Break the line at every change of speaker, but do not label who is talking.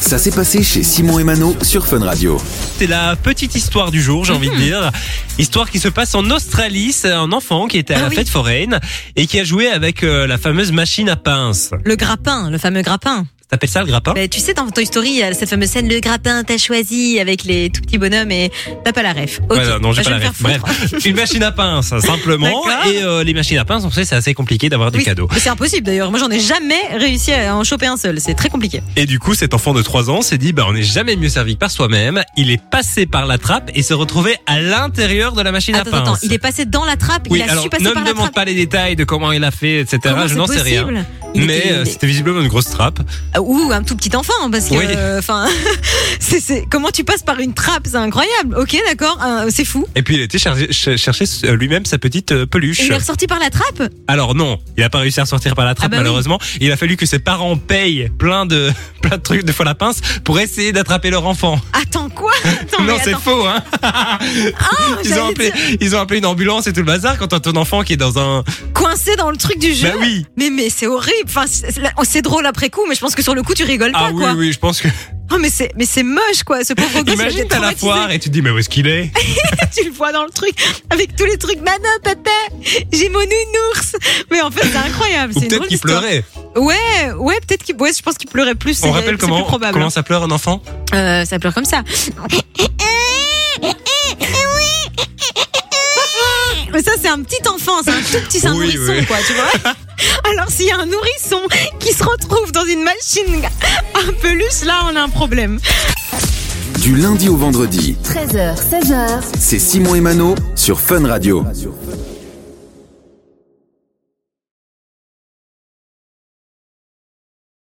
Ça s'est passé chez Simon et Mano sur Fun Radio.
C'est la petite histoire du jour, j'ai envie
Mhm.
de dire. Histoire qui se passe en Australie. C'est un enfant qui était à
Ah
la
oui.
fête foraine et qui a joué avec euh, la fameuse machine à pince.
Le grappin, le fameux grappin.
T'appelles ça le grappin
Bah, tu sais, dans Toy Story, il y a cette fameuse scène, le grappin, t'as choisi, avec les tout petits bonhommes et t'as pas la ref. Ok,
Ouais, non, non, j'ai pas
Bah, je
la
vais
ref.
me
Bref,
faire foutre.
une machine à pince, simplement.
D'accord.
Et euh, les machines à pince, on sait, c'est assez compliqué d'avoir des
Oui,
cadeaux.
mais C'est impossible d'ailleurs. Moi, j'en ai jamais réussi à en choper un seul. C'est très compliqué.
Et du coup, cet enfant de 3 ans s'est dit, bah, on n'est jamais mieux servi que par soi-même. Il est passé par la trappe et s'est retrouvé à l'intérieur de la machine
Attends,
à pince.
attends, il est passé dans la trappe.
Ah, Oui,
il a
alors
su passer
ne
par
me
la
demande
trappe.
pas les détails de comment il a fait, etc.
Comment
je
c'est
n'en sais rien.
possible Il
Mais
était-
euh, c'était visiblement une grosse trappe.
ou un tout petit enfant parce que
Oui.
euh, enfin c'est- c'est comment tu passes par une trappe c'est incroyable ok d'accord euh, c'est fou
Et puis il a été chargé- ch- chercher euh, lui-même sa petite euh,
et
peluche.
il est ressorti par la trappe
Alors non, il n'a pas réussi à sortir par la trappe
Ah bah oui.
malheureusement. Il a fallu que ses parents payent plein de plein de trucs de fois la pince pour essayer d'attraper leur enfant.
attends quoi attends,
non,
mais
c'est
attends. Ah,
faux hein. ils
j'allais
ont appelé ils ont appelé une ambulance et tout le bazar quand t'as ton enfant qui est dans un
coincé dans le truc du jeu
Bah oui.
mais mais c'est horrible enfin c'est- c'est- c'est drôle après coup mais je pense que sur le coup tu rigoles
Ah
pas
oui
quoi
oui, je pense que
oh mais c'est mais c'est moche quoi ce pauvre gosse il a dû
imagine
être
t'as la
traumatisé.
foire et tu te dis mais où est-ce qu'il est
tu le vois dans le truc avec tous les trucs Manon papa j'ai mon nounours mais en fait c'est incroyable
Ou
c'est une
peut-être
drôle
qu'il
d'histoire.
pleurait.
ouais ouais peut-être qu'il ouais je pense qu'il pleurait plus c'est-
On rappelle
c'est
comment
plus probable hein.
comment ça pleure un enfant
Euh, ça pleure comme ça. Mais ça, c'est un petit enfant, c'est un tout petit, c'est un
Oui,
nourrisson,
oui.
quoi, tu vois. Alors, s'il y a un nourrisson qui se retrouve dans une machine à peluche, là, on a un problème.
Du lundi au vendredi,
13h, 16h.
c'est Simon et Mano sur Fun Radio.